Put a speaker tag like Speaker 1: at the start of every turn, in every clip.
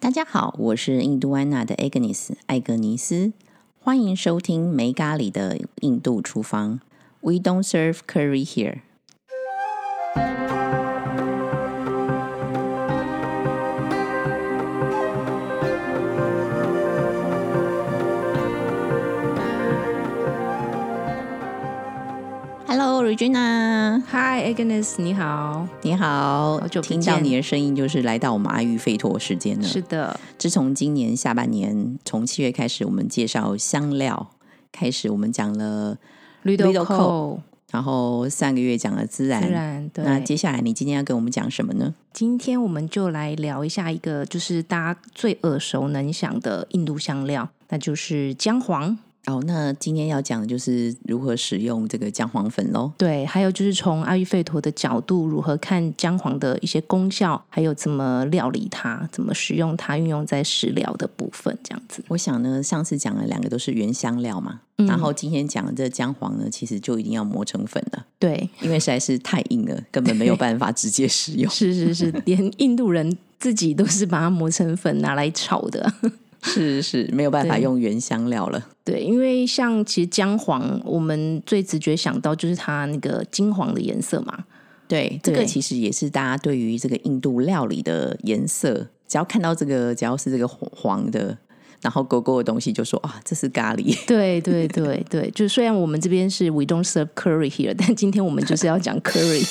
Speaker 1: 大家好，我是印度安娜的 Agnes 艾格尼斯，欢迎收听没咖喱的印度厨房。We don't serve curry here。Hello Regina，
Speaker 2: 嗨，Agnes，你好。
Speaker 1: 你好，
Speaker 2: 好久不
Speaker 1: 听到
Speaker 2: 见
Speaker 1: 你的声音就是来到我们阿育吠陀时间了。
Speaker 2: 是的，
Speaker 1: 自从今年下半年，从七月开始，我们介绍香料，开始我们讲了，
Speaker 2: 绿
Speaker 1: 豆
Speaker 2: 豆
Speaker 1: 蔻
Speaker 2: 蔻，
Speaker 1: 然后上个月讲了孜然。
Speaker 2: 自然对。
Speaker 1: 哎那接下来你今天要跟我们讲什么呢？
Speaker 2: 今天我们就来聊一下一个，就是大家最耳熟能详的印度香料，那就是姜黄。
Speaker 1: 哦，那今天要讲的就是如何使用这个姜黄粉喽。
Speaker 2: 对，还有就是从阿育吠陀的角度，如何看姜黄的一些功效，还有怎么料理它，怎么使用它，运用在食疗的部分，这样子。
Speaker 1: 我想呢，上次讲了两个都是原香料嘛，
Speaker 2: 嗯
Speaker 1: 然后今天讲的这姜黄呢，其实就一定要磨成粉了，
Speaker 2: 对，
Speaker 1: 因为实在是太硬了，根本没有办法直接食用。
Speaker 2: 是是是，连印度人自己都是把它磨成粉拿来炒的。
Speaker 1: 是是， 没有办法
Speaker 2: 对
Speaker 1: 用原香料了。
Speaker 2: 对，因为像其实姜黄，我们最直觉想到就是它那个金黄的颜色嘛。
Speaker 1: 对，这个
Speaker 2: 对
Speaker 1: 其实也是大家对于这个印度料理的颜色，只要看到这个，只要是这个黄黄的，然后勾勾的东西，就说啊，这是咖 喱。
Speaker 2: 对对对对，就虽然我们这边是 we don't serve curry here，但今天我们就是要讲 curry，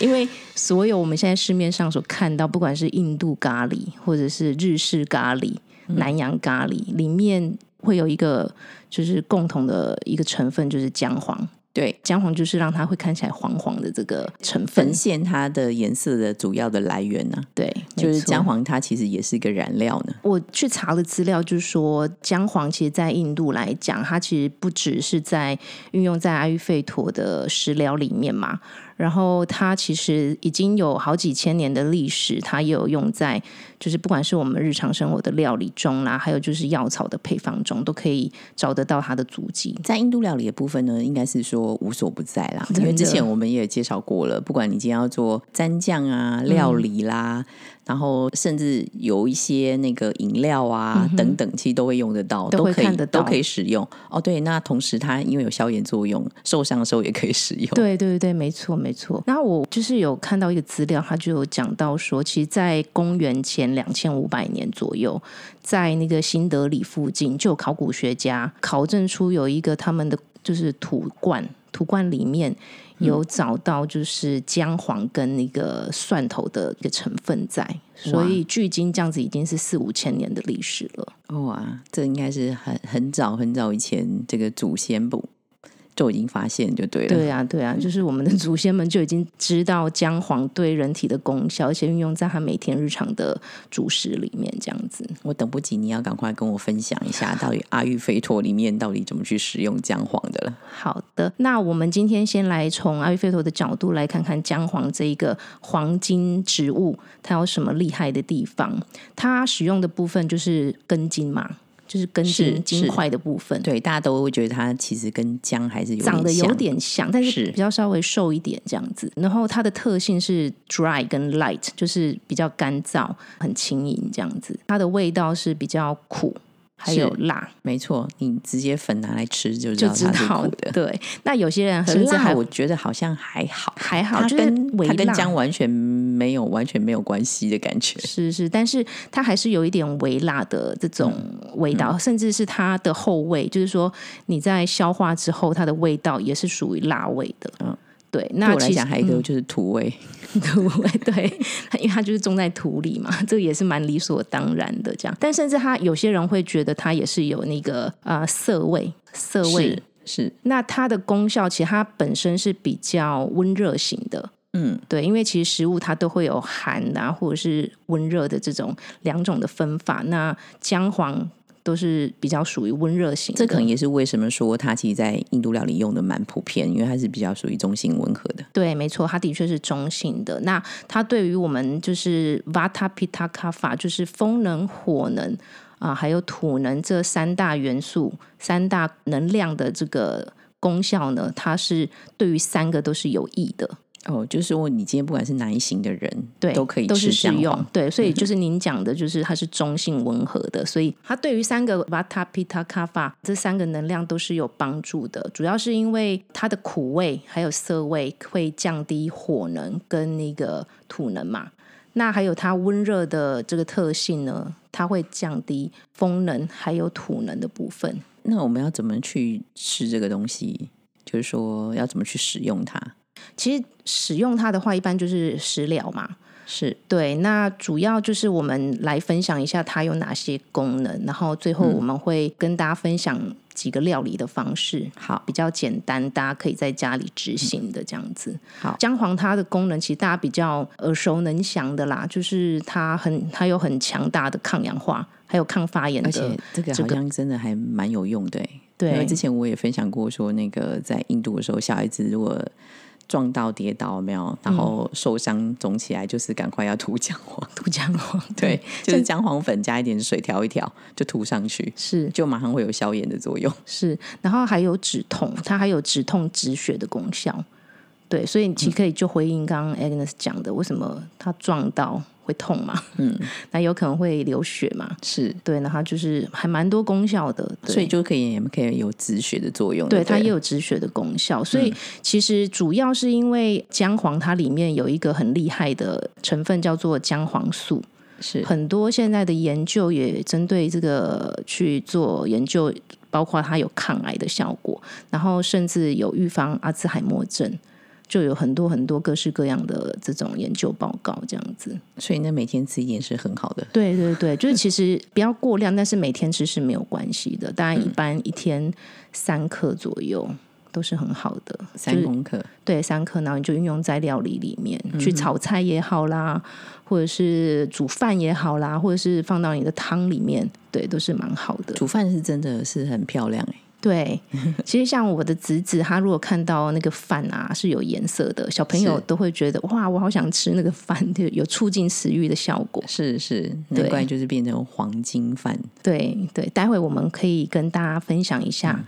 Speaker 2: 因 为所有我们现在市面上所看到，不管是印度咖喱或者是日式咖喱、
Speaker 1: 嗯
Speaker 2: 南洋咖喱，里面会有一个就是共同的一个成分，就是姜黄。
Speaker 1: 对，
Speaker 2: 姜黄就是让它会看起来黄黄的这个成分
Speaker 1: 粉。线它的颜色的主要的来源呢、
Speaker 2: 对，
Speaker 1: 就
Speaker 2: 没
Speaker 1: 是
Speaker 2: 错
Speaker 1: 姜黄，它其实也是一个染料呢。
Speaker 2: 我去查了资料，就是说姜黄其实，在印度来讲，它其实不只是在运用在阿育吠陀的食疗里面嘛，然后它其实已经有好几千年的历史，它也有用在就是不管是我们日常生活的料理中啦，还有就是药草的配方中，都可以找得到它的足迹。
Speaker 1: 在印度料理的部分呢，应该是说无所不在啦，
Speaker 2: 真的
Speaker 1: 因为之前我们也介绍过了，不管你今天要做蘸酱
Speaker 2: 嗯
Speaker 1: 啊、料理啦，然后甚至有一些那个饮料啊、等等，其实都会用得到，
Speaker 2: 嗯都
Speaker 1: 都
Speaker 2: 会
Speaker 1: 可以
Speaker 2: 看得到
Speaker 1: 都可以使用。哦，对，那同时它因为有消炎作用，受伤的时候也可以使用。
Speaker 2: 对对对，没错没错。然后我就是有看到一个资料，它就有讲到说，其实，在公元前两千五百年左右，在那个新德里附近，就有考古学家考证出有一个他们的就是土罐，土罐里面有找到就是姜黄跟那个蒜头的一个成分在，所以距今这样子已经是四五千年的历史了。
Speaker 1: 哇，这应该是很很早很早以前这个祖先不就已经发现就对了。
Speaker 2: 对啊，对啊，就是我们的祖先们就已经知道姜黄对人体的功效，而且运用在他每天日常的主食里面，这样子。
Speaker 1: 我等不及，你要赶快跟我分享一下，到底阿育吠陀里面到底怎么去使用姜黄的了。
Speaker 2: 好的，那我们今天先来从阿育吠陀的角度来看看姜黄这一个黄金植物，它有什么厉害的地方？它使用的部分就是根茎嘛，就是根
Speaker 1: 是
Speaker 2: 茎
Speaker 1: 是
Speaker 2: 茎块的部分。
Speaker 1: 对，大家都会觉得它其实跟姜还是有
Speaker 2: 长得有
Speaker 1: 像
Speaker 2: 点像，但是
Speaker 1: 是
Speaker 2: 比较稍微瘦一点这样子。然后它的特性是 dry 跟 light，就是比较干燥、很轻盈这样子。它的味道是比较苦，还有辣，
Speaker 1: 没错，你直接粉拿来吃就知
Speaker 2: 就
Speaker 1: 道
Speaker 2: 知
Speaker 1: 它是
Speaker 2: 道
Speaker 1: 苦的。
Speaker 2: 对，那有些人
Speaker 1: 可是
Speaker 2: 甚至
Speaker 1: 辣，
Speaker 2: 还
Speaker 1: 我觉得好像还好，
Speaker 2: 还好，
Speaker 1: 它
Speaker 2: 就是
Speaker 1: 跟
Speaker 2: 微
Speaker 1: 它跟
Speaker 2: 辣。
Speaker 1: 姜完全没有完全没有关系的感觉。
Speaker 2: 是是，但是它还是有一点微辣的这种
Speaker 1: 嗯
Speaker 2: 味道，甚至是它的后味，就是说你在消化之后，它的味道也是属于辣味的。
Speaker 1: 嗯
Speaker 2: 嗯，对。
Speaker 1: 对
Speaker 2: 那
Speaker 1: 我来
Speaker 2: 其实嗯
Speaker 1: 讲，还有一个就是土味，
Speaker 2: 土味，对，它因为它就是种在土里嘛，这个也是蛮理所当然的这样。但甚至它有些人会觉得它也是有那个呃涩味，涩味
Speaker 1: 是。是，
Speaker 2: 那它的功效其实它本身是比较温热型的，
Speaker 1: 嗯，
Speaker 2: 对，因为其实食物它都会有寒啊或者是温热的这种两种的分法。那姜黄都是比较属于温热型的，
Speaker 1: 这可能也是为什么说它其实，在印度料理用的蛮普遍，因为它是比较属于中性温和的。
Speaker 2: 对，没错，它的确是中性的。那它对于我们就是 Vata Pitta Kapha，就是风能、火能啊、还有土能这三大元素、三大能量的这个功效呢，它是对于三个都是有益的。
Speaker 1: 哦，就是说你今天不管是哪一型的人，
Speaker 2: 对，
Speaker 1: 都可以
Speaker 2: 都
Speaker 1: 吃
Speaker 2: 是
Speaker 1: 这
Speaker 2: 适
Speaker 1: 样
Speaker 2: 用
Speaker 1: 黄。。嗯
Speaker 2: 对，所以就是您讲的，就是它是中性温和的，所以它对于三个 vata pitta kapha 这三个能量都是有帮助的。主要是因为它的苦味还有涩味会降低火能跟那个土能嘛。那还有它温热的这个特性呢，它会降低风能还有土能的部分。
Speaker 1: 那我们要怎么去吃这个东西？就是说要怎么去使用它？
Speaker 2: 其实使用它的话，一般就是食疗嘛。
Speaker 1: 是
Speaker 2: 对，那主要就是我们来分享一下它有哪些功能，然后最后
Speaker 1: 嗯
Speaker 2: 我们会跟大家分享几个料理的方式，
Speaker 1: 好
Speaker 2: 比较简单，大家可以在家里执行的这样子。
Speaker 1: 嗯好
Speaker 2: 姜黄它的功能其实大家比较耳熟能详的啦，就是它很它有很强大的抗氧化，还有抗发炎
Speaker 1: 而
Speaker 2: 的
Speaker 1: 且，这个好像真的还蛮有用的欸、因为
Speaker 2: 对
Speaker 1: 之前我也分享过，说那个在印度的时候，小孩子如果撞到跌倒有没有，然后受伤肿起来，就是赶快要涂姜黄，
Speaker 2: 涂姜黄，
Speaker 1: 对，就是姜黄粉加一点水调一调，就涂上去，
Speaker 2: 是
Speaker 1: 就马上会有消炎的作用。
Speaker 2: 是，然后还有止痛，它还有止痛止血的功效。对，所以其实可以就回应刚刚 Agnes 讲的，为什么他撞到会痛嘛？嗯， 那有可能会流血嘛？
Speaker 1: 是，
Speaker 2: 对，那它就是还蛮多功效的，对
Speaker 1: 所以就可以也可以有止血的作用。
Speaker 2: 对
Speaker 1: 对，嗯
Speaker 2: 它也。有止血的功效。所以其实主要是因为姜黄它里面有一个很厉害的成分叫做姜黄素，
Speaker 1: 是
Speaker 2: 很多现在的研究也针对这个去做研究，包括它有抗癌的效果，然后甚至有预防阿兹海默症，就有很多很多各式各样的这种研究报告这样子。
Speaker 1: 所以呢，每天吃一点是很好的。
Speaker 2: 对对对，就是其实不要过量，但是每天吃是没有关系的，大概一般一天三克左右。都是很好的，
Speaker 1: 三公克，
Speaker 2: 对，三克，然后你就运用在料理里面，去炒菜也好啦，或者是煮饭也好啦，或者是放到你的汤里面，对，都是蛮好的。
Speaker 1: 煮饭是真的是很漂亮哎、
Speaker 2: 对，其实像我的侄子，他如果看到那个饭啊是有颜色的，小朋友
Speaker 1: 是
Speaker 2: 都会觉得哇，我好想吃那个饭， 就有促进食欲的效果。
Speaker 1: 是是，
Speaker 2: 对
Speaker 1: 难怪就是变成黄金饭。
Speaker 2: 对对，待会我们可以跟大家分享一下，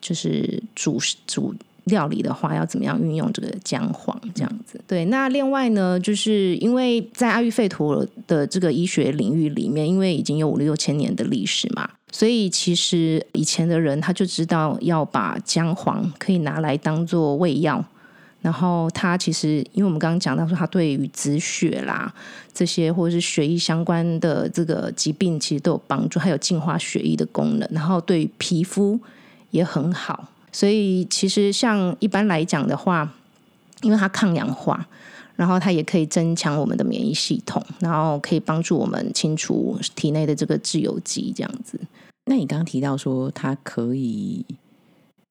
Speaker 2: 就是煮煮料理的话，要怎么样运用这个姜黄这样子。对，那另外呢，就是因为在阿育吠陀的这个医学领域里面，因为已经有五六千年的历史嘛。所以其实以前的人他就知道要把姜黄可以拿来当做胃药，然后它其实因为我们刚刚讲到说它对于止血啦，这些或者是血液相关的这个疾病，其实都有帮助，还有净化血液的功能，然后对于皮肤也很好。所以其实像一般来讲的话，因为它抗氧化，然后它也可以增强我们的免疫系统，然后可以帮助我们清除体内的这个自由基，这样子。
Speaker 1: 那你刚刚提到说它可以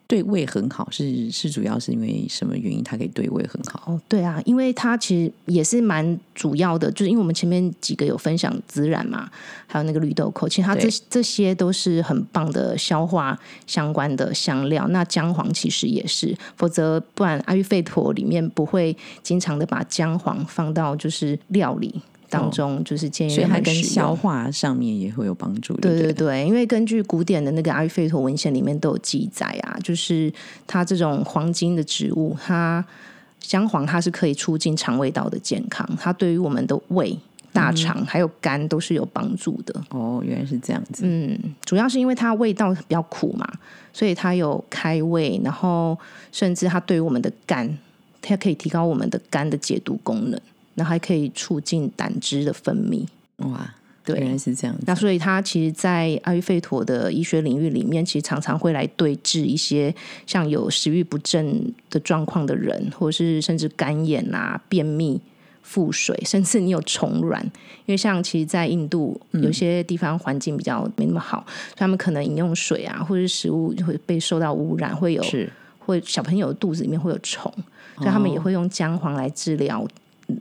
Speaker 1: 对胃很好，是是主要是因为什么原因它可以对胃很好？
Speaker 2: 哦，对啊，因为它其实也是蛮主要的，就是因为我们前面几个有分享孜然嘛，还有那个绿豆蔻，其实它这
Speaker 1: 对
Speaker 2: 这些都是很棒的消化相关的香料。那姜黄其实也是，否则不然阿育吠陀里面不会经常的把姜黄放到就是料理当中，就是建议
Speaker 1: 哦所以
Speaker 2: 人
Speaker 1: 它
Speaker 2: 们
Speaker 1: 跟
Speaker 2: 使用
Speaker 1: 消化上面也会有帮助，对
Speaker 2: 对
Speaker 1: 不
Speaker 2: 对对，因为根据古典的那个阿育吠陀文献里面都有记载啊，就是它这种黄金的植物，它姜黄它是可以促进肠胃道的健康，它对于我们的胃、大肠还有肝都是有帮助的。
Speaker 1: 哦，原来是这样子。
Speaker 2: 嗯，主要是因为它味道比较苦嘛，所以它有开胃，然后甚至它对于我们的肝，它可以提高我们的肝的解毒功能，然后还可以促进胆汁的分泌。
Speaker 1: 哇，
Speaker 2: 嗯对
Speaker 1: 原来是这样子
Speaker 2: 那。所以它其实，在阿育吠陀的医学领域里面，其实常常会来对治一些像有食欲不振的状况的人，或者是甚至干眼啊、便秘、腹水，甚至你有虫卵。因为像其实，在印度有些地方环境比较没那么好，所以他们可能饮用水啊，或者是食物就会被受到污染，会有
Speaker 1: 是
Speaker 2: 会小朋友肚子里面会有虫，所以他们也会用姜黄来治疗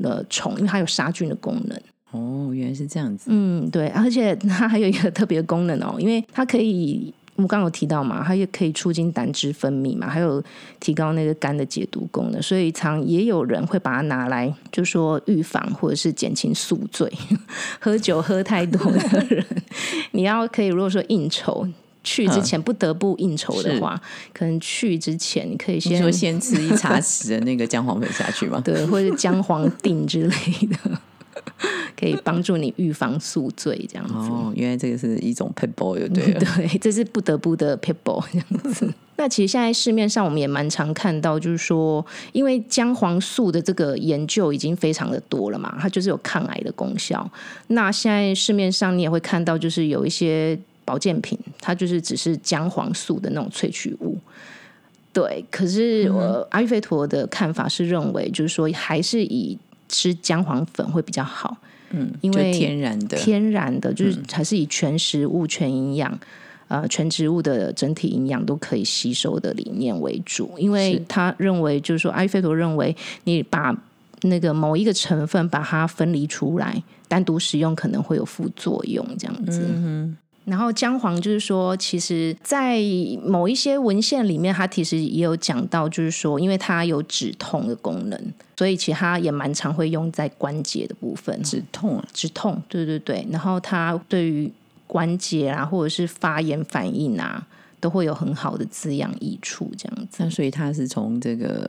Speaker 2: 呃虫，因为它有杀菌的功能。
Speaker 1: 哦，原来是这样子。
Speaker 2: 嗯，对，而且它还有一个特别的功能哦，因为它可以，我刚刚有提到嘛，它也可以促进胆汁分泌嘛，还有提高那个肝的解毒功能，所以常也有人会把它拿来，就说预防或者是减轻宿 醉，喝酒喝太多的人，你要可以如果说应酬。去之前不得不应酬的话，可能去之前你可 以
Speaker 1: 你
Speaker 2: 先
Speaker 1: 说先吃一茶匙的那个姜黄粉下去吗？
Speaker 2: 对，或者姜黄锭之类的， 可以帮助你预防宿醉这样子。
Speaker 1: 哦，原来这个是一种 p e b l e 就对了。
Speaker 2: 对，这是不得不的 people 这样 子。那其实现在市面上我们也蛮常看到，就是说，因为姜黄素的这个研究已经非常的多了嘛，它就是有抗癌的功效。那现在市面上你也会看到，就是有一些保健品，它就是只是姜黄素的那种萃取物。对，可
Speaker 1: 嗯
Speaker 2: 是呃，阿育吠陀的看法是认为，就是说还是以吃姜黄粉会比较好，
Speaker 1: 嗯，
Speaker 2: 因为
Speaker 1: 就天然的，嗯
Speaker 2: 天然的，就是还是以全食物、全营养。呃，全植物的整体营养都可以吸收的理念为主，因为
Speaker 1: 是
Speaker 2: 他认为就是说，埃菲陀认为你把那个某一个成分把它分离出来，单独使用可能会有副作用这样子。
Speaker 1: 嗯
Speaker 2: 然后姜黄就是说，其实，在某一些文献里面，它其实也有讲到，就是说，因为它有止痛的功能，所以其实它也蛮常会用在关节的部分。
Speaker 1: 哼，止痛啊，
Speaker 2: 止痛，对对对，然后它对于关节啊，或者是发炎反应啊，都会有很好的滋养益处，这样子
Speaker 1: 那所以它是从这个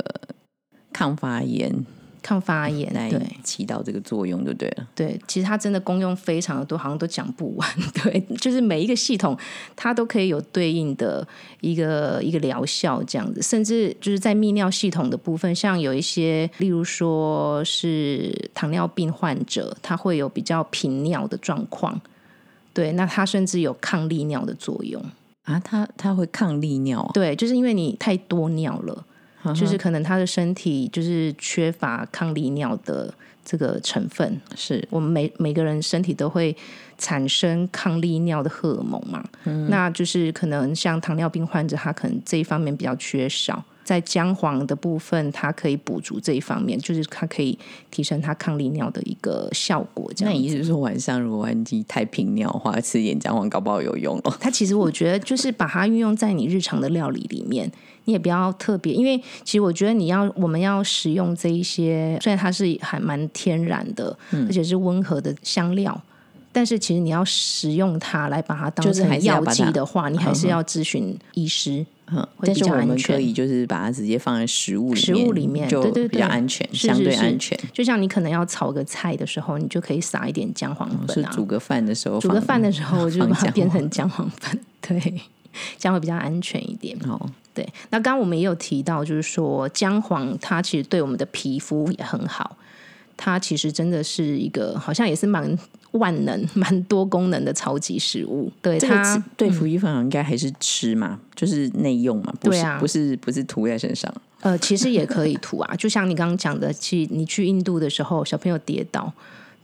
Speaker 1: 抗发炎
Speaker 2: 抗发炎。
Speaker 1: 来
Speaker 2: 对
Speaker 1: 起到这个作用，就对了。
Speaker 2: 对，其实它真的功用非常的多，好像都讲不完。 对，就是每一个系统它都可以有对应的一个一个疗效，这样子。甚至就是在泌尿系统的部分，像有一些，例如说是糖尿病患者，他会有比较频尿的状况。对，那它甚至有抗利尿的作用。
Speaker 1: 啊，它它会抗利尿啊，
Speaker 2: 对，就是因为你太多尿了，
Speaker 1: 哈哈
Speaker 2: 就是可能他的身体就是缺乏抗利尿的这个成分。
Speaker 1: 是
Speaker 2: 我们每每个人身体都会产生抗利尿的荷尔蒙嘛，那就是可能像糖尿病患者，他可能这一方面比较缺少。在姜黄的部分，它可以补足这一方面，就是它可以提升它抗利尿的一个效果。这
Speaker 1: 那
Speaker 2: 样
Speaker 1: 你意思是说晚上如果万一太频尿的话，吃一点姜黄搞不好有用哦？
Speaker 2: 它其实我觉得就是把它运用在你日常的料理里面，你也不要特别，因为其实我觉得你要我们要使用这一些，虽然它是还蛮天然的，
Speaker 1: 嗯
Speaker 2: 而且是温和的香料。但是其实你要使用它来把它当
Speaker 1: 就是还
Speaker 2: 成
Speaker 1: 是要
Speaker 2: 药
Speaker 1: 把
Speaker 2: 剂
Speaker 1: 它
Speaker 2: 的话，你还是要咨询医师。
Speaker 1: 嗯，
Speaker 2: 会
Speaker 1: 但
Speaker 2: 比
Speaker 1: 是
Speaker 2: 较
Speaker 1: 我
Speaker 2: 安
Speaker 1: 们
Speaker 2: 全
Speaker 1: 可以就是把它直接放在食物里面，
Speaker 2: 食物里面
Speaker 1: 就
Speaker 2: 对对
Speaker 1: 比较
Speaker 2: 对
Speaker 1: 安全，
Speaker 2: 是
Speaker 1: 相
Speaker 2: 是
Speaker 1: 对
Speaker 2: 是
Speaker 1: 安全。
Speaker 2: 就像你可能要炒个菜的时候，你就可以撒一点姜黄
Speaker 1: 哦是
Speaker 2: 粉啊。
Speaker 1: 煮个饭的时候
Speaker 2: 煮
Speaker 1: 放，
Speaker 2: 个饭的时候，我就
Speaker 1: 放
Speaker 2: 把它
Speaker 1: 姜
Speaker 2: 变成姜黄粉，对，这样会比较安全一点。
Speaker 1: 哦，
Speaker 2: 对，那刚刚我们也有提到，就是说姜黄它其实对我们的皮肤也很好，它其实真的是一个好像也是蛮万能、 蛮多功能的超级食物。对
Speaker 1: 这个
Speaker 2: 它
Speaker 1: 吃，对福一粉应该还是吃嘛，就是内用嘛，不
Speaker 2: 对
Speaker 1: 是、
Speaker 2: 啊
Speaker 1: 不是不是涂在身上，
Speaker 2: 呃，其实也可以涂啊，就像你刚刚讲的，其实你去印度的时候，小朋友跌倒。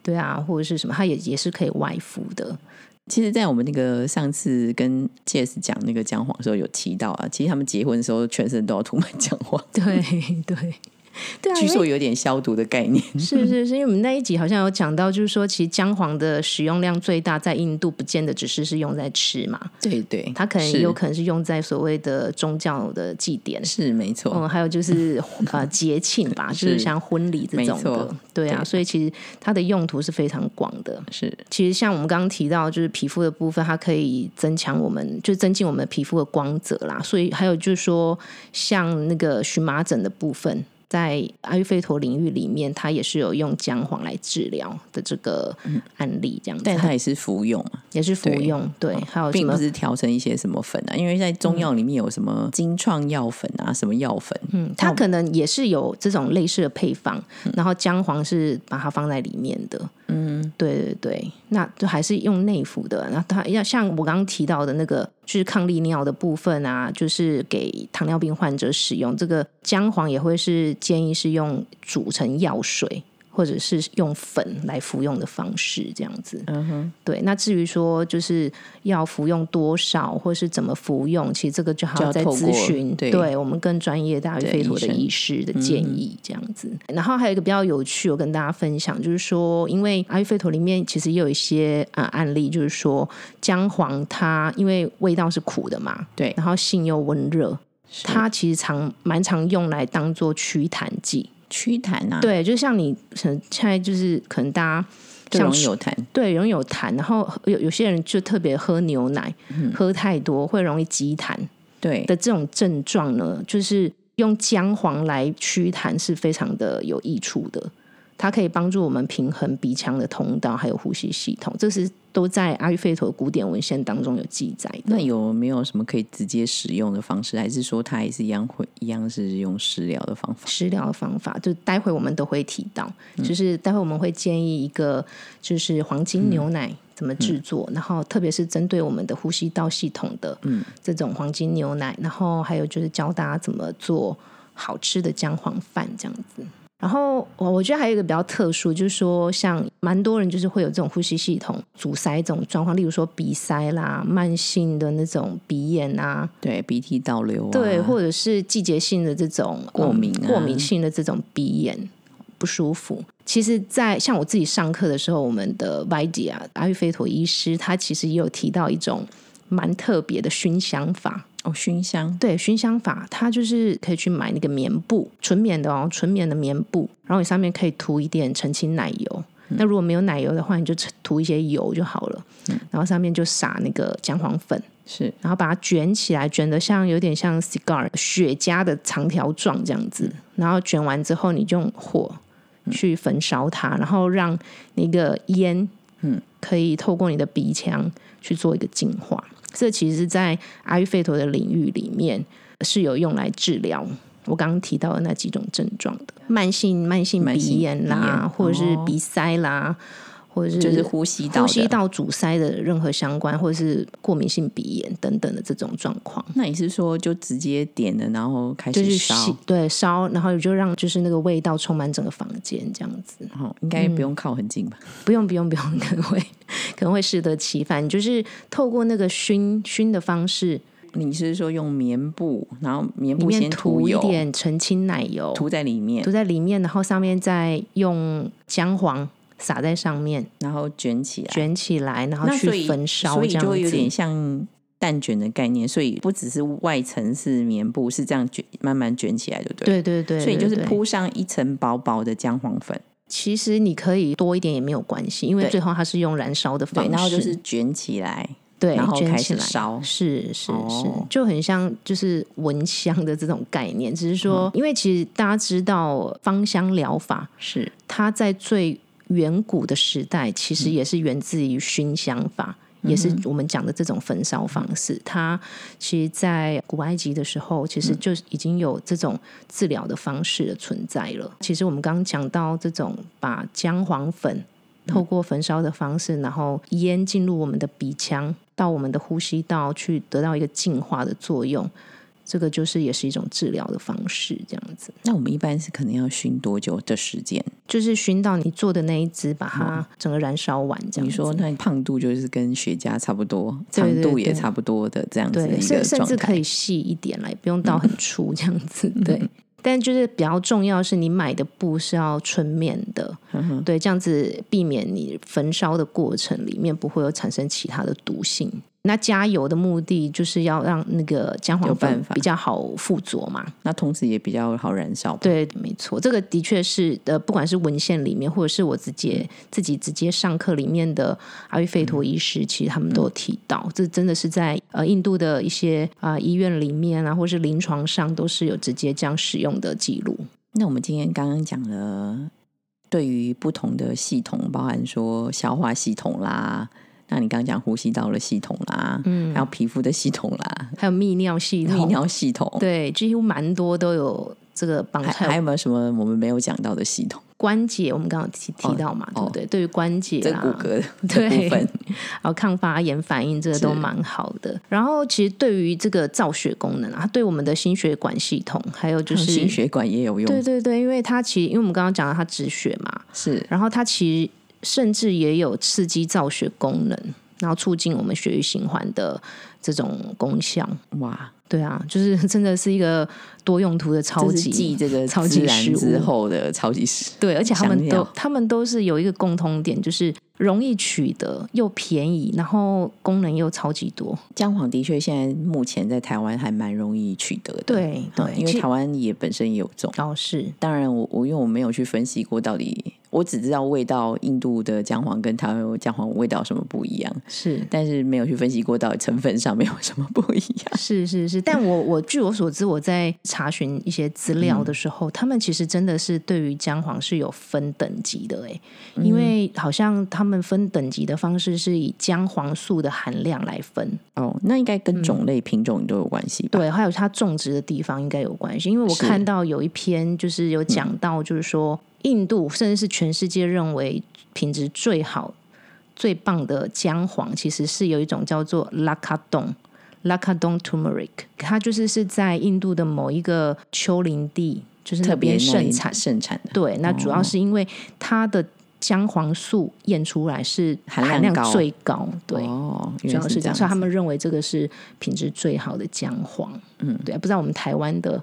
Speaker 2: 对啊，或者是什么，它也也是可以外敷的。
Speaker 1: 其实，在我们那个上次跟 Jess 讲那个姜黄的时候，有提到啊，其实他们结婚的时候全身都要涂满姜黄，
Speaker 2: 对 对对啊，
Speaker 1: 据
Speaker 2: 因为
Speaker 1: 说有点消毒的概念。
Speaker 2: 是是是，因为我们那一集好像有讲到，就是说其实姜黄的使用量最大，在印度不见得只是是用在吃嘛，
Speaker 1: 对对，
Speaker 2: 它可能
Speaker 1: 是
Speaker 2: 有可能是用在所谓的宗教的祭典。
Speaker 1: 是没错，
Speaker 2: 嗯，还有就是 呃节庆吧，就
Speaker 1: 是
Speaker 2: 是像婚礼这
Speaker 1: 没
Speaker 2: 种的
Speaker 1: 错，
Speaker 2: 对啊，
Speaker 1: 对
Speaker 2: 所以其实它的用途是非常广的。
Speaker 1: 是
Speaker 2: 其实像我们刚刚提到，就是皮肤的部分，它可以增强我们，就是增进我们的皮肤的光泽啦。所以还有就是说，像那个荨麻疹的部分，在阿育吠陀领域里面，它也是有用姜黄来治疗的这个案例，这样子，
Speaker 1: 但嗯它也是服用嘛，
Speaker 2: 也是服
Speaker 1: 对哦
Speaker 2: 用对，还有什
Speaker 1: 并不
Speaker 2: 么嗯
Speaker 1: 是调成一些什么粉啊，因为在中药里面有什么金创药粉啊，什么药粉，嗯，
Speaker 2: 它可能也是有这种类似的配方，然后姜黄是把它放在里面的。嗯，对对对，那就还是用内服的。然后它要像我刚刚提到的那个，就是抗利尿的部分啊，就是给糖尿病患者使用。这个姜黄也会是建议是用煮成药水。或者是用粉来服用的方式，这样子。嗯哼，对。那至于说就是要服用多少，或是怎么服用，其实这个就还
Speaker 1: 就
Speaker 2: 要
Speaker 1: 要
Speaker 2: 再
Speaker 1: 透
Speaker 2: 咨
Speaker 1: 过
Speaker 2: 询，
Speaker 1: 对
Speaker 2: 对我们更专业的阿育
Speaker 1: 对
Speaker 2: 吠陀
Speaker 1: 医
Speaker 2: 的
Speaker 1: 生嗯
Speaker 2: 医师的建议这样子。然后还有一个比较有趣，我跟大家分享，就是说，因为阿育吠陀里面其实也有一些呃案例，就是说姜黄它因为味道是苦的嘛，
Speaker 1: 对，
Speaker 2: 然后性又温热，
Speaker 1: 是
Speaker 2: 它其实常蛮常用来当做祛痰剂。
Speaker 1: 祛痰啊，，
Speaker 2: 对，就像你可能现在就是可能大家
Speaker 1: 对
Speaker 2: 像
Speaker 1: 溶有痰，
Speaker 2: 对，容易有痰，然后有有些人就特别喝牛奶，
Speaker 1: 嗯
Speaker 2: 喝太多会容易积痰
Speaker 1: 对
Speaker 2: 的这种症状呢，就是用姜黄来驱痰是非常的有益处的，它可以帮助我们平衡鼻腔的通道还有呼吸系统，这是都在阿育吠陀古典文献当中有记载的
Speaker 1: 那。有没有什么可以直接使用的方式？还是说它还是一样会一样是用食疗的方法？
Speaker 2: 食疗的方法，就待会我们都会提到，就是待会我们会建议一个就是黄金牛奶怎么制作，然后特别是针对我们的呼吸道系统的这种黄金牛奶，然后还有就是教大家怎么做好吃的姜黄饭这样子。然后我我觉得还有一个比较特殊，就是说像蛮多人就是会有这种呼吸系统阻塞这种状况，例如说鼻塞啦、慢性的那种鼻炎啊，
Speaker 1: 对，鼻涕倒流啊，
Speaker 2: 对，或者是季节性的这种
Speaker 1: 过
Speaker 2: 嗯
Speaker 1: 敏啊
Speaker 2: 过敏性的这种鼻炎不舒服。其实在，像我自己上课的时候，我们的 Vidi 啊，阿育吠陀医师，他其实也有提到一种蛮特别的熏香法。
Speaker 1: 哦熏香，
Speaker 2: 对，熏香法，它就是可以去买那个棉布，纯棉的哦，纯棉的棉布，然后你上面可以涂一点澄清奶油。
Speaker 1: 嗯
Speaker 2: 那如果没有奶油的话，你就涂一些油就好了，
Speaker 1: 嗯
Speaker 2: 然后上面就撒那个姜黄粉，
Speaker 1: 是
Speaker 2: 然后把它卷起来，卷得像有点像 cigar 雪茄的长条状这样子。
Speaker 1: 嗯
Speaker 2: 然后卷完之后，你就用火去焚烧它，然后让那个烟，嗯，可以透过你的鼻腔去做一个净化。这其实是在阿育吠陀的领域里面是有用来治疗我刚刚提到的那几种症状的，慢性慢性
Speaker 1: 慢性
Speaker 2: 鼻炎
Speaker 1: 鼻
Speaker 2: 啦，
Speaker 1: 炎哦
Speaker 2: 或者是鼻塞啦，或者是
Speaker 1: 就是呼吸道的
Speaker 2: 呼吸。道阻塞的任何相关，或者是过敏性鼻炎等等的这种状况，
Speaker 1: 那你是说就直接点了，然后开
Speaker 2: 就是
Speaker 1: 始嗯烧？
Speaker 2: 吸对烧，然后就让就是那个味道充满整个房间这样子。
Speaker 1: 哦，应该不
Speaker 2: 嗯
Speaker 1: 用靠很近吧？
Speaker 2: 不用不用不用，可能会 可能会适得其反，就是透过那个熏熏的方式，
Speaker 1: 你是说用棉布，然后棉
Speaker 2: 里
Speaker 1: 布
Speaker 2: 面
Speaker 1: 先
Speaker 2: 涂一
Speaker 1: 油，
Speaker 2: 点澄清奶油，
Speaker 1: 涂在里面
Speaker 2: 涂，在里面，然后上面再用姜黄撒在上面，
Speaker 1: 然后卷起来，
Speaker 2: 卷起来，然后
Speaker 1: 那所
Speaker 2: 去
Speaker 1: 以
Speaker 2: 焚烧，
Speaker 1: 所以
Speaker 2: 这样
Speaker 1: 就有
Speaker 2: 子。
Speaker 1: 点像蛋卷的概念，所以不只是外层是棉布，是这样卷慢慢卷起来，对不对？
Speaker 2: 对对对，
Speaker 1: 所以你就是
Speaker 2: 对对
Speaker 1: 铺上一层薄薄的姜黄粉，
Speaker 2: 其实你可以多一点也没有关系，因为
Speaker 1: 对
Speaker 2: 最后它是用燃烧的方
Speaker 1: 对，
Speaker 2: 式，
Speaker 1: 然后就是卷起来，
Speaker 2: 对，
Speaker 1: 然后
Speaker 2: 卷
Speaker 1: 开始
Speaker 2: 起来
Speaker 1: 烧
Speaker 2: 是是是
Speaker 1: 哦，
Speaker 2: 就很像就是蚊香的这种概念，只是
Speaker 1: 嗯
Speaker 2: 说，因为其实大家知道芳香疗法，
Speaker 1: 是
Speaker 2: 它在最远古的时代，其实也是源自于熏香法。也是我们讲的这种焚烧方式，它其实，在古埃及的时候，其实就已经有这种治疗的方式的存在了。其实我们刚刚讲到这种把姜黄粉透过焚烧的方式，然后烟进入我们的鼻腔，到我们的呼吸道去得到一个净化的作用，这个就是也是一种治疗的方式，这样子。
Speaker 1: 那我们一般是可能要熏多久的时间？
Speaker 2: 就是熏到你做的那一只，把它整个燃烧完，这
Speaker 1: 嗯
Speaker 2: 样子
Speaker 1: 你说那胖度就是跟雪茄差不多，
Speaker 2: 对对
Speaker 1: 长度
Speaker 2: 对
Speaker 1: 也差不多的这样子的一
Speaker 2: 对，
Speaker 1: 个
Speaker 2: 甚甚
Speaker 1: 状
Speaker 2: 至可
Speaker 1: 态嗯
Speaker 2: 以。细一点来，不用到很粗这样子。对，但就是比较重要是你买的布是要纯棉的，
Speaker 1: 嗯
Speaker 2: 对，这样子避免你焚烧的过程里面不会有产生其他的毒性。那加油的目的就是要让那个姜
Speaker 1: 有
Speaker 2: 黄
Speaker 1: 办
Speaker 2: 粉
Speaker 1: 法
Speaker 2: 比较好附着嘛，
Speaker 1: 那同时也比较好燃烧吧。
Speaker 2: 对，没错，这个的确是呃，不管是文献里面，或者是我直接自己直接上课里面的阿育
Speaker 1: 嗯
Speaker 2: 吠陀医师，其实他们都有提到，这真的是在呃印度的一些啊、呃医院里面啊，或是临床上都是有直接这样使用的记录。
Speaker 1: 那我们今天刚刚讲了，对于不同的系统，包含说消化系统啦，那你刚刚讲呼吸道的系统啦，嗯，还有皮肤的系统啦，
Speaker 2: 还有泌尿系统，
Speaker 1: 泌尿系统，
Speaker 2: 对，几乎蛮多都有这个帮
Speaker 1: 还还
Speaker 2: 菜
Speaker 1: 有没有什么我们没有讲到的系统？
Speaker 2: 关节，我们刚刚有提提到嘛，对不对？对于关节啊
Speaker 1: 这
Speaker 2: 啦，
Speaker 1: 哦骨骼 的部
Speaker 2: 对
Speaker 1: 分，
Speaker 2: 然后抗发炎反应，这个都蛮好的。然后其实对于这个造血功能啊，它对我们的心血管系统，还有就
Speaker 1: 就是嗯心血管也有用，
Speaker 2: 对对对，因为它其实因为我们刚刚讲到它止血嘛，
Speaker 1: 是
Speaker 2: 然后它其实甚至也有刺激造血功能，然后促进我们血液循环的这种功效。
Speaker 1: 哇，
Speaker 2: 对啊， 就是真的是一个多用途的超
Speaker 1: 这是
Speaker 2: 级
Speaker 1: 继这个
Speaker 2: 超级
Speaker 1: 自然
Speaker 2: 食物
Speaker 1: 之后的超级 食
Speaker 2: 对，而且他
Speaker 1: 想
Speaker 2: 们都
Speaker 1: 要
Speaker 2: 他们都是有一个共通点，就是容易取得，又便宜，然后功能又超级多。
Speaker 1: 姜黄的确现在目前在台湾还蛮容易取得的，
Speaker 2: 对
Speaker 1: 嗯
Speaker 2: 对
Speaker 1: 因
Speaker 2: 其
Speaker 1: 为
Speaker 2: 实
Speaker 1: 台湾也本身也有种。
Speaker 2: 哦，是
Speaker 1: 当然我，我因为我没有去分析过到底我只知道味道，印度的姜黄跟台湾姜黄味道有什么不一样，
Speaker 2: 是
Speaker 1: 但是没有去分析过到底成分上面有什么不一样。
Speaker 2: 是是是，但我我据我所知，我在查询一些资料的时候，他们其实真的是对于姜黄是有分等级的诶，因为好像他们分等级的方式是以姜黄素的含量来分，
Speaker 1: 哦，那应该跟
Speaker 2: 嗯
Speaker 1: 种类、品种都有关系吧？
Speaker 2: 对，还有它种植的地方应该有关系，因为我
Speaker 1: 是嗯
Speaker 2: 看到有一篇就是有讲到，就是说印度甚至是全世界认为品质最好、最棒的姜黄，其实是有一种叫做拉卡洞。拉卡东 turmeric，它就是是在印度的某一个丘陵地，就是那
Speaker 1: 特别
Speaker 2: 边
Speaker 1: 那哦
Speaker 2: 盛
Speaker 1: 一
Speaker 2: 产。
Speaker 1: 盛产的，
Speaker 2: 对，那主要是因为它的姜黄素验出来是
Speaker 1: 含量
Speaker 2: 含量
Speaker 1: 高
Speaker 2: 最高，对，
Speaker 1: 哦，
Speaker 2: 主
Speaker 1: 原
Speaker 2: 要
Speaker 1: 来
Speaker 2: 是
Speaker 1: 这
Speaker 2: 这
Speaker 1: 样
Speaker 2: 样，
Speaker 1: 子，
Speaker 2: 所以他们认为这个是品质最好的姜黄。嗯，对，不知道我们台湾的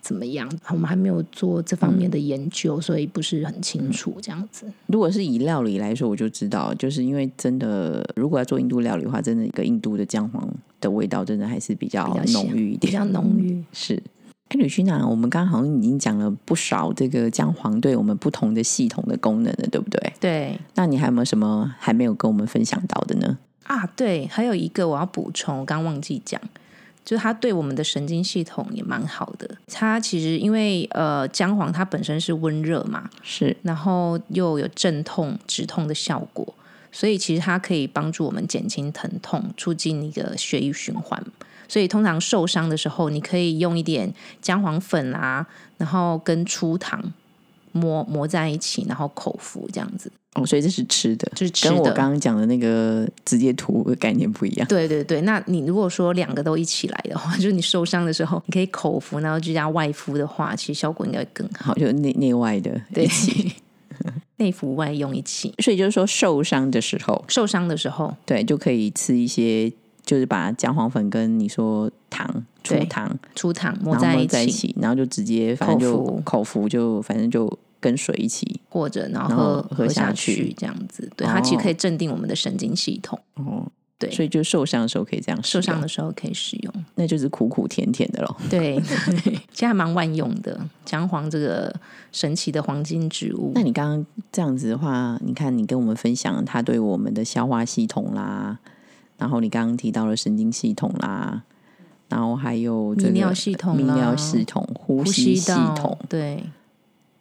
Speaker 2: 怎么样，我们还没有做这方面的研究，所以不是很清楚这样子。
Speaker 1: 如果是以料理来说，我就知道，就是因为真的，如果要做印度料理的话，真的一个印度的姜黄的味道，真的还是比较
Speaker 2: 比较
Speaker 1: 浓
Speaker 2: 香
Speaker 1: 郁一
Speaker 2: 比
Speaker 1: 点。
Speaker 2: 较浓郁，
Speaker 1: 是，哎，吕君啊，我们刚刚好像已经讲了不少这个姜黄对我们不同的系统的功能了，对不对？
Speaker 2: 对
Speaker 1: 那你还有没有什么还没有跟我们分享到的呢？
Speaker 2: 啊，对，还有一个我要补充，我刚忘记讲。就是它对我们的神经系统也蛮好的。它其实因为呃姜黄它本身是温热嘛，
Speaker 1: 是
Speaker 2: 然后又有镇痛、止痛的效果，所以其实它可以帮助我们减轻疼痛，促进一个血液循环。所以通常受伤的时候，你可以用一点姜黄粉啊，然后跟粗糖磨磨在一起，然后口服这样子，
Speaker 1: 哦，所以这是吃的，
Speaker 2: 就是吃
Speaker 1: 跟我
Speaker 2: 的。
Speaker 1: 刚刚讲的那个直接涂的概念不一样。
Speaker 2: 对对对，那你如果说两个都一起来的话，就是你受伤的时候，你可以口服，然后居加外敷的话，其实效果应该会更好。
Speaker 1: 好，就是内内外的，
Speaker 2: 对，内服外用一起。
Speaker 1: 所以就是说受伤的时候，
Speaker 2: 受伤的时候，
Speaker 1: 对，就可以吃一些，就是把姜黄粉跟你说糖、粗
Speaker 2: 对
Speaker 1: 糖，
Speaker 2: 粗糖
Speaker 1: 然
Speaker 2: 磨
Speaker 1: 后
Speaker 2: 在
Speaker 1: 弄
Speaker 2: 一
Speaker 1: 在一
Speaker 2: 起，
Speaker 1: 起，然后就直接反正就
Speaker 2: 口服
Speaker 1: 口服就反正就跟水一起。
Speaker 2: 或者然
Speaker 1: 然后
Speaker 2: 后
Speaker 1: 喝
Speaker 2: 喝
Speaker 1: 下
Speaker 2: 下
Speaker 1: 去
Speaker 2: 去这样子，对，
Speaker 1: 哦
Speaker 2: 它其实可以镇定我们的神经系统，
Speaker 1: 哦，
Speaker 2: 对
Speaker 1: 所以就受伤的时候可以这样使
Speaker 2: 受
Speaker 1: 用，
Speaker 2: 伤的时候可以使用，
Speaker 1: 那就是苦苦甜甜 的咯。
Speaker 2: 对，对其实还蛮万用的。姜黄这个神奇的黄金植物
Speaker 1: 那，你刚刚这样子的话，你看你跟我们分享它对我们的消化系统啦，然后你刚刚提到了神经系统啦，然后还有这个
Speaker 2: 泌尿系统啦
Speaker 1: 泌尿系统、呼
Speaker 2: 呼
Speaker 1: 吸系
Speaker 2: 道哎
Speaker 1: 统，
Speaker 2: 对，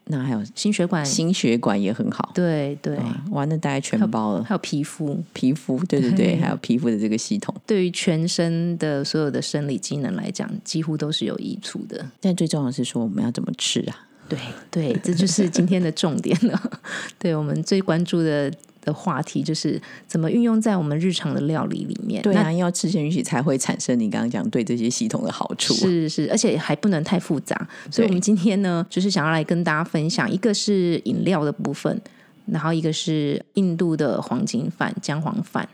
Speaker 1: 那还有
Speaker 2: 心血管，
Speaker 1: 心哦血管也很好。
Speaker 2: 对对，
Speaker 1: 哇哇，那大概全包了，
Speaker 2: 还有皮肤，
Speaker 1: 皮肤，对对对，
Speaker 2: 对
Speaker 1: 还有皮肤的这个系统。
Speaker 2: 对于全身的所有的生理机能来讲，几乎都是有益处的。
Speaker 1: 但最重要的是说，我们要怎么吃啊？
Speaker 2: 对对， 这就是今天的重点了。对我们最关注的的话题就是怎么运用在我们日常的料理里面。
Speaker 1: 对
Speaker 2: 那
Speaker 1: 啊，要吃进去才会产生你刚刚讲对这些系统的好处啊。
Speaker 2: 是是，而且还不能太复杂。所以，我们今天呢，就是想要来跟大家分享，一个是饮料的部分，然后一个是印度的黄金饭、姜黄饭。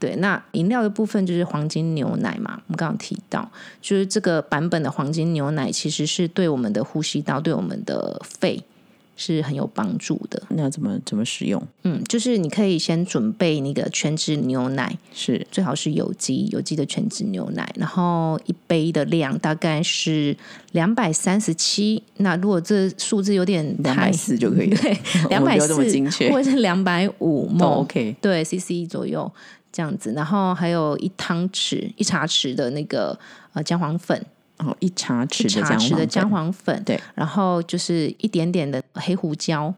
Speaker 2: 对，那饮料的部分就是黄金牛奶嘛，我们刚刚有提到，就是这个版本的黄金牛奶其实是对我们的呼吸道、对我们的肺是很有帮助的。
Speaker 1: 那要怎么怎么使用？
Speaker 2: 嗯，就是你可以先准备那个全脂牛奶，
Speaker 1: 是哦
Speaker 2: 最好是有机有机的全脂牛奶，然后一杯的量大概是两百三十七。那如果这数字有点
Speaker 1: 两
Speaker 2: 太
Speaker 1: 百四就可以了，
Speaker 2: 对，
Speaker 1: 我
Speaker 2: 两
Speaker 1: 们
Speaker 2: 百
Speaker 1: 不要这么
Speaker 2: 四
Speaker 1: 精确，
Speaker 2: 或者是两百五
Speaker 1: 都
Speaker 2: 某
Speaker 1: OK。
Speaker 2: 对 CC 左右这样子，然后还有一汤匙一茶匙的那个呃姜黄粉，
Speaker 1: 哦，一茶匙
Speaker 2: 一
Speaker 1: 的姜
Speaker 2: 茶
Speaker 1: 黄
Speaker 2: 匙的
Speaker 1: 粉
Speaker 2: 姜黄粉，
Speaker 1: 对，
Speaker 2: 然后就是一点点的黑胡椒。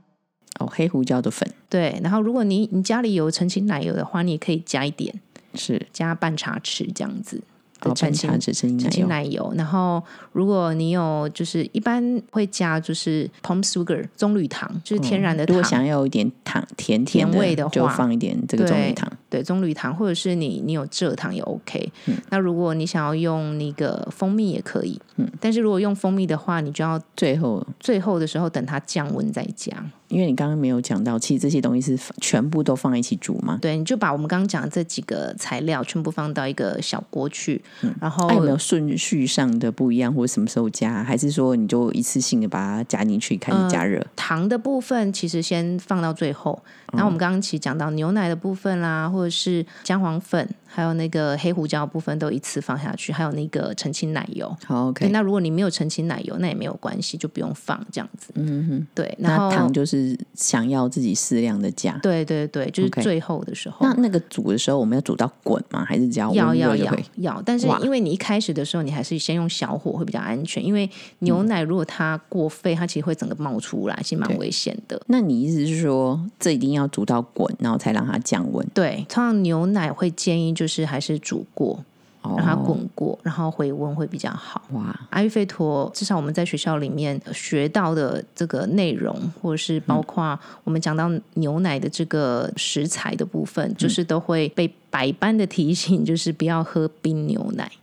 Speaker 1: 哦，黑胡椒的粉
Speaker 2: 对，然后如果你你家里有澄清奶油的话，你也可以加一点，
Speaker 1: 是
Speaker 2: 加半茶匙这样子
Speaker 1: 哦
Speaker 2: 的，
Speaker 1: 半
Speaker 2: 澄清、
Speaker 1: 茶匙生
Speaker 2: 澄
Speaker 1: 精
Speaker 2: 清
Speaker 1: 奶油，
Speaker 2: 奶油。然后如果你有就是一般会加就是 palm sugar 棕榈糖，就是天然的
Speaker 1: 嗯如
Speaker 2: 糖，
Speaker 1: 果想要有一点糖甜甜
Speaker 2: 甜味的
Speaker 1: 就
Speaker 2: 话
Speaker 1: 放一点这个棕榈
Speaker 2: 对
Speaker 1: 糖。
Speaker 2: 对棕榈糖，或者是你你有蔗糖也 OK、那
Speaker 1: 嗯
Speaker 2: 如果你想要用那个蜂蜜也可以，嗯，但是如果用蜂蜜的话，你就要
Speaker 1: 最后，
Speaker 2: 最后的时候等它降温再加。
Speaker 1: 因为你刚刚没有讲到，其实这些东西是放全部都放一起煮吗？
Speaker 2: 对，你就把我们刚刚讲的这几个材料全部放到一个小锅去，然后
Speaker 1: 它嗯有没有顺序上的不一样，或者什么时候加？还是说你就一次性的把它加进去，开始
Speaker 2: 呃
Speaker 1: 加热？
Speaker 2: 糖的部分其实先放到最后，
Speaker 1: 嗯
Speaker 2: 然后我们刚刚其实讲到牛奶的部分啦，或者是姜黄粉，还有那个黑胡椒的部分都一次放下去，还有那个澄清奶油。
Speaker 1: 好
Speaker 2: 对，
Speaker 1: ，OK。
Speaker 2: 那如果你没有澄清奶油，那也没有关系，就不用放这样子。嗯哼，对，然
Speaker 1: 那
Speaker 2: 后
Speaker 1: 糖就是是想要自己适量的加。
Speaker 2: 对对对，就是
Speaker 1: OK
Speaker 2: 最后的时候。
Speaker 1: 那那个煮的时候，我们要煮到滚吗？还是只要温
Speaker 2: 要
Speaker 1: 热
Speaker 2: 要
Speaker 1: 就
Speaker 2: 要
Speaker 1: 可以？
Speaker 2: 要，但是
Speaker 1: 哇
Speaker 2: 因为你一开始的时候，你还是先用小火会比较安全，因
Speaker 1: 嗯
Speaker 2: 为牛奶如果它过沸，它其实会整个冒出来，其实蛮
Speaker 1: 对
Speaker 2: 危险的。
Speaker 1: 那你意思是说，这一定要煮到滚，然后才让它降温？
Speaker 2: 对，通常牛奶会建议就是还是煮过，
Speaker 1: 哦
Speaker 2: 让它滚过，然后回温会比较好。
Speaker 1: 哇，
Speaker 2: 阿育吠陀，至少我们在学校里面学到的这个内容，或者是
Speaker 1: 嗯
Speaker 2: 包括我们讲到牛奶的这个食材的部分，
Speaker 1: 嗯
Speaker 2: 就是都会被百般的提醒，就是不要喝冰牛奶。
Speaker 1: 哦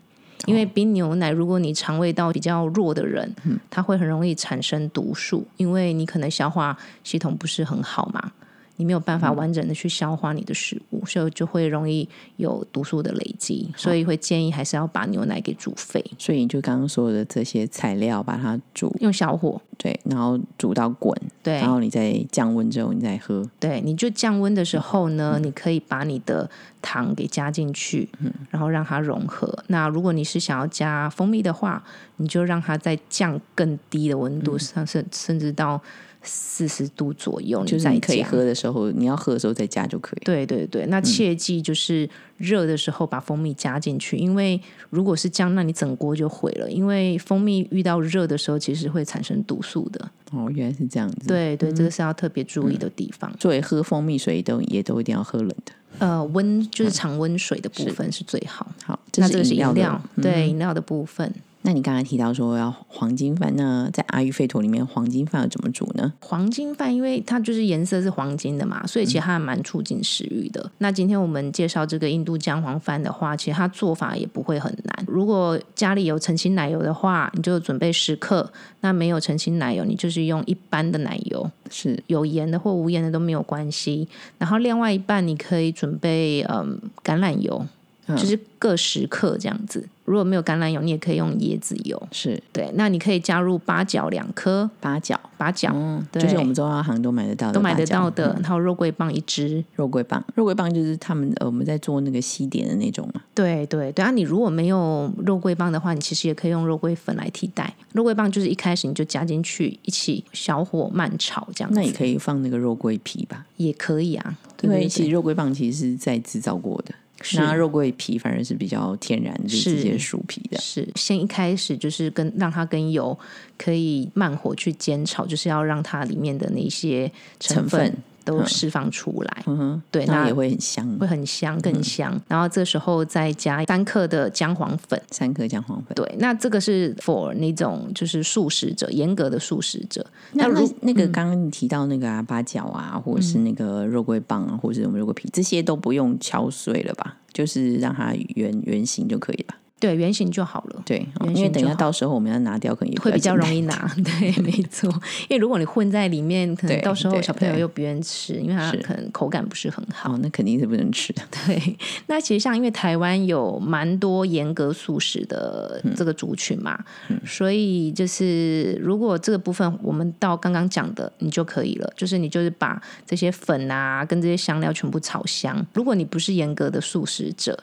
Speaker 2: 因为冰牛奶，如果你肠胃道比较弱的人，
Speaker 1: 嗯
Speaker 2: 它会很容易产生毒素，因为你可能消化系统不是很好嘛，你没有办
Speaker 1: 嗯
Speaker 2: 法完整的去消化你的食物，所以就会容易有毒素的累积，所以会建议还是要把牛奶给煮沸。
Speaker 1: 所以你就刚刚说的这些材料，把它煮
Speaker 2: 用小火，
Speaker 1: 对，然后煮到滚，
Speaker 2: 对
Speaker 1: 然后你再降温之后，你再喝。
Speaker 2: 对，你就降温的时候呢，
Speaker 1: 嗯
Speaker 2: 你可以把你的糖给加进去，然后让它融合。那如果你是想要加蜂蜜的话，你就让它再降更低的温
Speaker 1: 嗯
Speaker 2: 度，上甚甚至到四十度左右，
Speaker 1: 就是
Speaker 2: 嗯再
Speaker 1: 你可以
Speaker 2: 加
Speaker 1: 喝的时候，你要喝的时候再加就可以。
Speaker 2: 对对对，那切记就是热的时候把蜂蜜加进去，因为如果是这样，那你整锅就毁了。因为蜂蜜遇到热的时候，其实会产生毒素的。
Speaker 1: 哦，原来是这样子。，
Speaker 2: 对对，这个是要特别注意的地方。
Speaker 1: 所以喝蜂蜜水都也都一定要喝冷的。
Speaker 2: 呃，温就是常温水的部分是最好。
Speaker 1: 好，
Speaker 2: 那这
Speaker 1: 是
Speaker 2: 个是嗯
Speaker 1: 饮料
Speaker 2: 饮
Speaker 1: 的。嗯
Speaker 2: 料，对饮料的部分，
Speaker 1: 那你刚才提到说要黄金饭，那在阿育吠陀里面，黄金饭要怎么煮呢？
Speaker 2: 黄金饭，因为它就是颜色是黄金的嘛，所以其实它还蛮促进食欲的。那今天我们介绍这个印度姜黄饭的话，其实它做法也不会很难。如果家里有澄清奶油的话，你就准备十克；那没有澄清奶油，你就是用一般的奶油，
Speaker 1: 是
Speaker 2: 有盐的或无盐的都没有关系。然后另外一半你可以准备嗯橄榄油，就是各十克这样子。如果没有橄榄油，你也可以用椰子油。
Speaker 1: 是
Speaker 2: 对，那你可以加入八角两颗，
Speaker 1: 八角，
Speaker 2: 八角、
Speaker 1: 嗯，
Speaker 2: 哦对
Speaker 1: 就是我们中药行都买得到的，
Speaker 2: 都买得到的，嗯然后肉桂棒一支。
Speaker 1: 肉桂棒。肉桂棒就是他们呃我们在做那个西点的那种嘛。
Speaker 2: 对对对啊，你如果没有肉桂棒的话，你其实也可以用肉桂粉来替代。肉桂棒就是一开始你就加进去，一起小火慢炒这样子，
Speaker 1: 那也可以放那个肉桂皮吧，
Speaker 2: 也可以啊。对
Speaker 1: 因
Speaker 2: 对
Speaker 1: 为
Speaker 2: 对
Speaker 1: 其实肉桂棒其实是在制造过的。
Speaker 2: 是
Speaker 1: 那肉桂皮反而是比较天然，就是
Speaker 2: 是
Speaker 1: 直接熟皮的。
Speaker 2: 是先一开始就是跟让它跟油可以慢火去煎炒，就是要让它里面的那些成
Speaker 1: 成分
Speaker 2: 都释放出来。
Speaker 1: 嗯哼，
Speaker 2: 对，
Speaker 1: 那
Speaker 2: 那
Speaker 1: 也会很香。
Speaker 2: 会很香，更香。然后这时候再加三克的姜黄粉。
Speaker 1: 三颗姜黄粉。
Speaker 2: 对，那这个是 for 那种就是素食者，严格的素食者。
Speaker 1: 那
Speaker 2: 如嗯
Speaker 1: 那那个刚刚你提到那个啊八角啊，或者是那个肉桂棒啊，或者是我们肉桂皮，这些都不用敲碎了吧？就是让它圆圆形就可以了吧。
Speaker 2: 对圆形就好了。
Speaker 1: 对，哦
Speaker 2: 圆
Speaker 1: 因
Speaker 2: 形
Speaker 1: 为等一
Speaker 2: 就
Speaker 1: 下
Speaker 2: 好
Speaker 1: 到时候我们要拿掉，可能也
Speaker 2: 会比较容
Speaker 1: 易。
Speaker 2: 易拿， 对，没错。因为如果你混在里面，可能
Speaker 1: 对
Speaker 2: 到时候
Speaker 1: 对
Speaker 2: 小朋友
Speaker 1: 对
Speaker 2: 又不愿意吃，因为它
Speaker 1: 是
Speaker 2: 可能口感不是很好。
Speaker 1: 哦，那肯定是不能吃的。
Speaker 2: 对， 那其实像因为台湾有蛮多严格素食的
Speaker 1: 嗯
Speaker 2: 这个族群嘛，所以就是如果这个部分我们到刚刚讲的，你就可以了，就是你就是把这些粉啊跟这些香料全部炒香。如果你不是严格的素食者，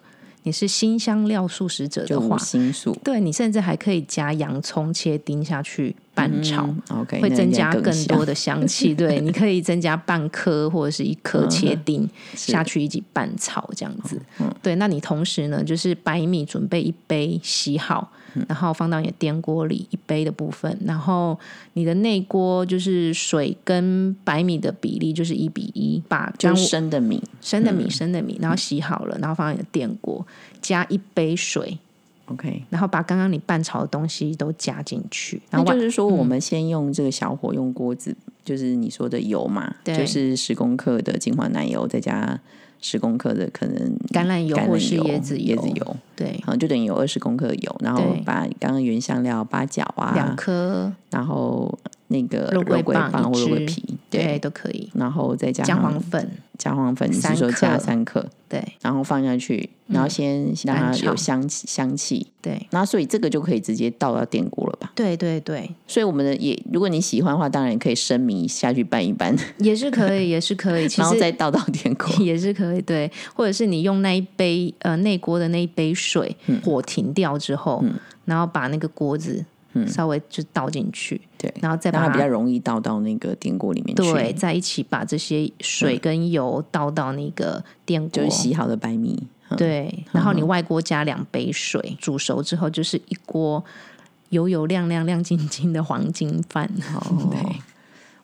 Speaker 2: 你是新香料素食者
Speaker 1: 就
Speaker 2: 的
Speaker 1: 五
Speaker 2: 话，
Speaker 1: 星素。
Speaker 2: 对你甚至还可以加洋葱切丁下去拌炒。
Speaker 1: 嗯，OK，
Speaker 2: 会
Speaker 1: 那
Speaker 2: 增
Speaker 1: 应该
Speaker 2: 加更
Speaker 1: 香
Speaker 2: 多的 香气，对，你可以增加半颗或者是一
Speaker 1: 嗯
Speaker 2: 颗切丁下去一起拌炒这样子。
Speaker 1: 嗯
Speaker 2: 对，那你同时呢，就是白米准备一杯洗好，
Speaker 1: 嗯
Speaker 2: 然后放到你的电锅里一杯的部分，然后你的内锅就是水跟白米的比例就是一比一，把
Speaker 1: 就
Speaker 2: 刚
Speaker 1: 是嗯生的米，
Speaker 2: 生的米生的米，然后洗好了，然后放到你的电锅，加一杯水，
Speaker 1: OK，
Speaker 2: 然后把刚刚你拌炒的东西都加进去，
Speaker 1: 那
Speaker 2: 然后
Speaker 1: 就
Speaker 2: 碗
Speaker 1: 是说，我们先用这个小火，用锅子，就是你说的油嘛，
Speaker 2: 对
Speaker 1: 就是十公克的精华奶油，再加十公克的可能
Speaker 2: 橄榄油
Speaker 1: 橄
Speaker 2: 或
Speaker 1: 榄
Speaker 2: 是
Speaker 1: 油、
Speaker 2: 椰子
Speaker 1: 椰
Speaker 2: 油
Speaker 1: 子油，
Speaker 2: 对。
Speaker 1: 好，就等于有二十公克的油，然后
Speaker 2: 对
Speaker 1: 把刚刚原香料八角
Speaker 2: 两
Speaker 1: 啊，
Speaker 2: 颗，
Speaker 1: 然后那个
Speaker 2: 肉桂
Speaker 1: 桂
Speaker 2: 棒
Speaker 1: 棒
Speaker 2: 一
Speaker 1: 或肉
Speaker 2: 支
Speaker 1: 桂皮，
Speaker 2: 对，，都可以。
Speaker 1: 然后再加
Speaker 2: 姜
Speaker 1: 上
Speaker 2: 黄粉，
Speaker 1: 姜黄粉，你是说
Speaker 2: 三克
Speaker 1: 加三克，
Speaker 2: 对
Speaker 1: 然后放下去，然后先让
Speaker 2: 翻
Speaker 1: 它
Speaker 2: 炒
Speaker 1: 有香气香气，
Speaker 2: 对
Speaker 1: 那所以这个就可以直接倒到电锅了吧？
Speaker 2: 对对对，
Speaker 1: 所以我们的也，如果你喜欢的话，当然也可以生米下去拌一拌，
Speaker 2: 也是 可以，也是可以。其
Speaker 1: 然后
Speaker 2: 实
Speaker 1: 再倒到电锅。
Speaker 2: 也是可以，对，或者是你用那一
Speaker 1: 嗯
Speaker 2: 杯呃内锅的那一杯水，火停掉之后，然后把那个锅子稍微就倒进去，
Speaker 1: 嗯对，
Speaker 2: 然后再
Speaker 1: 让
Speaker 2: 把
Speaker 1: 它比较容易倒到那个电锅里面去，
Speaker 2: 对，在一起把这些水跟油倒到那个电锅，
Speaker 1: 嗯就是洗好的白米。嗯，
Speaker 2: 对，然后你外锅加两杯水，煮熟之后就是一锅油油亮亮、亮晶晶的黄金饭。
Speaker 1: 哦
Speaker 2: 对，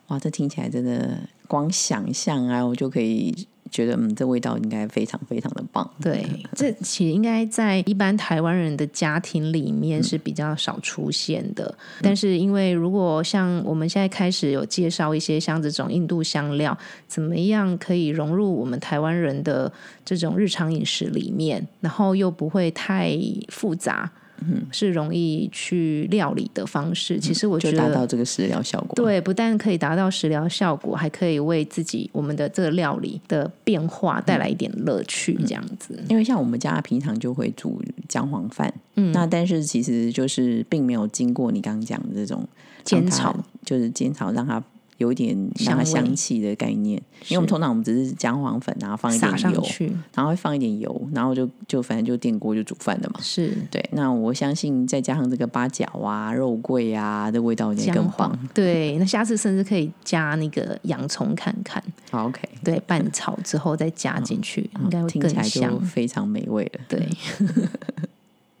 Speaker 1: 哇，这听起来真的光想象啊，我就可以觉得，嗯，这味道应该非常非常的棒。
Speaker 2: 对，这其实应该在一般台湾人的家庭里
Speaker 1: 嗯
Speaker 2: 面是比较少出现的。但是因为如果像我们现在开始有介绍一些像这种印度香料，怎么样可以融入我们台湾人的这种日常饮食里面，然后又不会太复杂，嗯，是容易去料理的方式。其实我觉
Speaker 1: 嗯就
Speaker 2: 得
Speaker 1: 达到这个食疗效果。，
Speaker 2: 对，不但可以达到食疗效果，还可以为自己我们的这个料理的变化
Speaker 1: 嗯
Speaker 2: 带来一点乐趣，这样子。
Speaker 1: 因为像我们家平常就会煮姜黄饭，嗯，那但是其实就是并没有经过你刚刚讲的这种
Speaker 2: 煎炒，
Speaker 1: 让它就是煎炒让它。有一点让它
Speaker 2: 香味
Speaker 1: 香气的概念，因为我们通常我们只是姜黄粉啊，放一
Speaker 2: 撒
Speaker 1: 点
Speaker 2: 上
Speaker 1: 油，
Speaker 2: 去
Speaker 1: 然后会放一点油，然后就就反正就电锅就煮饭的嘛。
Speaker 2: 是
Speaker 1: 对，那我相信再加上这个八角啊、肉桂啊，这味道应该
Speaker 2: 姜
Speaker 1: 更棒
Speaker 2: 黄。。对，那下次甚至可以加那个洋葱看看，
Speaker 1: 好，OK，
Speaker 2: 对，拌炒之后再加进去，应该会
Speaker 1: 嗯听起
Speaker 2: 更
Speaker 1: 来就
Speaker 2: 香。
Speaker 1: 非常美味了。
Speaker 2: 对，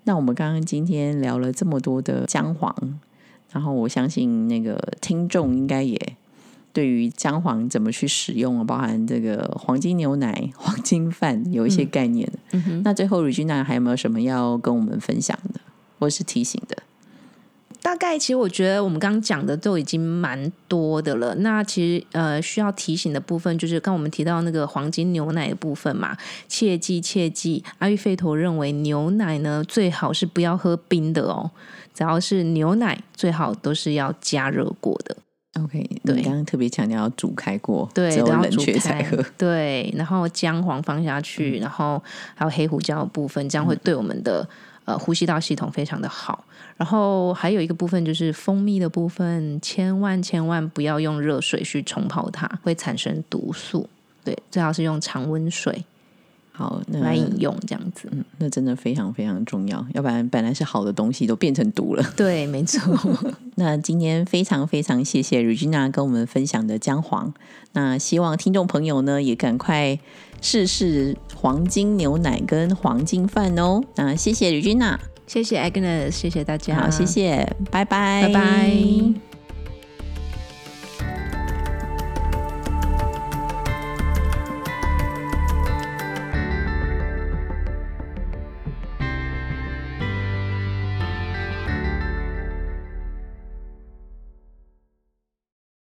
Speaker 1: 那我们刚刚今天聊了这么多的姜黄，然后我相信那个听众应该也对于姜黄怎么去使用，啊包含这个黄金牛奶、 黄金饭有一
Speaker 2: 嗯
Speaker 1: 些概念的。那最后 Regina 还有没有什么要跟我们分享的，或是提醒的？
Speaker 2: 大概其实我觉得我们刚刚讲的都已经蛮多的了。那其实呃需要提醒的部分就是刚我们提到那个黄金牛奶的部分嘛，切记切记，阿育吠陀认为牛奶呢最好是不要喝冰的哦，只要是牛奶最好都是要加热过的。
Speaker 1: OK，
Speaker 2: 对
Speaker 1: 你刚刚特别强调要煮开过，
Speaker 2: 对，
Speaker 1: 只有
Speaker 2: 都要
Speaker 1: 冷
Speaker 2: 煮
Speaker 1: 却
Speaker 2: 开，
Speaker 1: 才喝。嗯
Speaker 2: 对，然后姜黄放下去，然后还有黑胡椒的部分，这样会对我们的、呃呼吸道系统非常的好。然后还有一个部分就是蜂蜜的部分，千万千万不要用热水去冲泡它，会产生毒素。对，最好是用常温水
Speaker 1: 好，那
Speaker 2: 来饮用，这样子。
Speaker 1: 那真的非常非常重要，要不然本来是好的东西都变成毒了。
Speaker 2: 对，没错。
Speaker 1: 那今天非常非常谢谢 Regina 跟我们分享的姜黄，那希望听众朋友呢也赶快试试黄金牛奶跟黄金饭哦。那谢谢 Regina，
Speaker 2: 谢谢 Agnes，谢谢大家，
Speaker 1: 啊好，谢，谢，拜拜，
Speaker 2: 拜拜。